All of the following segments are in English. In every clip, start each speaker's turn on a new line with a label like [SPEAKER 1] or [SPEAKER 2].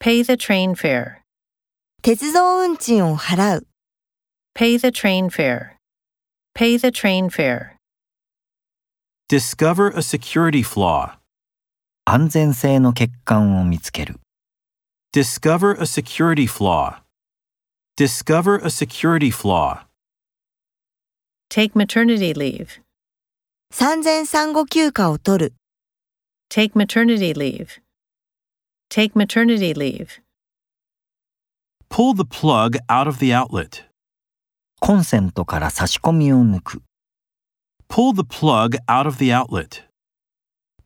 [SPEAKER 1] Pay the train fare.
[SPEAKER 2] 鉄道運賃を払う、
[SPEAKER 1] Pay the train fare. Pay the train fare.
[SPEAKER 3] Discover a security flaw.
[SPEAKER 4] 安全性の欠陥を見つける。
[SPEAKER 3] Discover a security flaw. Discover a security flaw.
[SPEAKER 1] Take maternity leave.
[SPEAKER 2] 産前産後休暇を取る、
[SPEAKER 1] Take maternity leave. Take maternity leave.
[SPEAKER 3] Pull the plug out of the outlet.
[SPEAKER 4] コンセントから差し込みを抜く。
[SPEAKER 3] Pull the plug out of the outlet.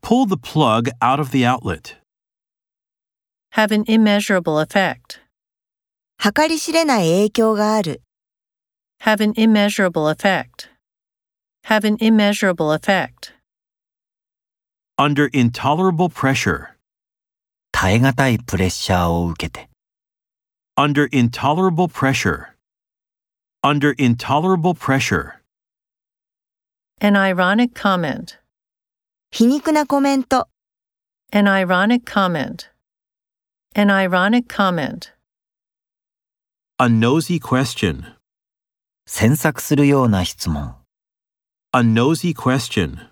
[SPEAKER 3] Pull the plug out of the outlet.
[SPEAKER 1] Have an immeasurable effect.
[SPEAKER 2] 計り知れない影響がある、
[SPEAKER 1] Have an immeasurable effect. Have an immeasurable effect.
[SPEAKER 3] Under intolerable pressure.
[SPEAKER 4] 耐え難いプレッシャーを受けて。
[SPEAKER 3] Under intolerable pressure. Under intolerable pressure.
[SPEAKER 1] An ironic comment.
[SPEAKER 2] 皮肉なコメント、
[SPEAKER 1] An ironic comment. An ironic comment.
[SPEAKER 3] A nosy question.
[SPEAKER 4] 詮索するような質問。
[SPEAKER 3] A nosy question.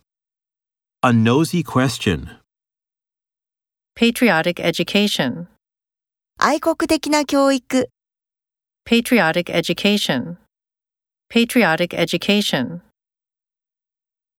[SPEAKER 3] A nosy question.
[SPEAKER 1] Patriotic education.
[SPEAKER 2] 愛国的な教育。
[SPEAKER 1] Patriotic education. Patriotic education.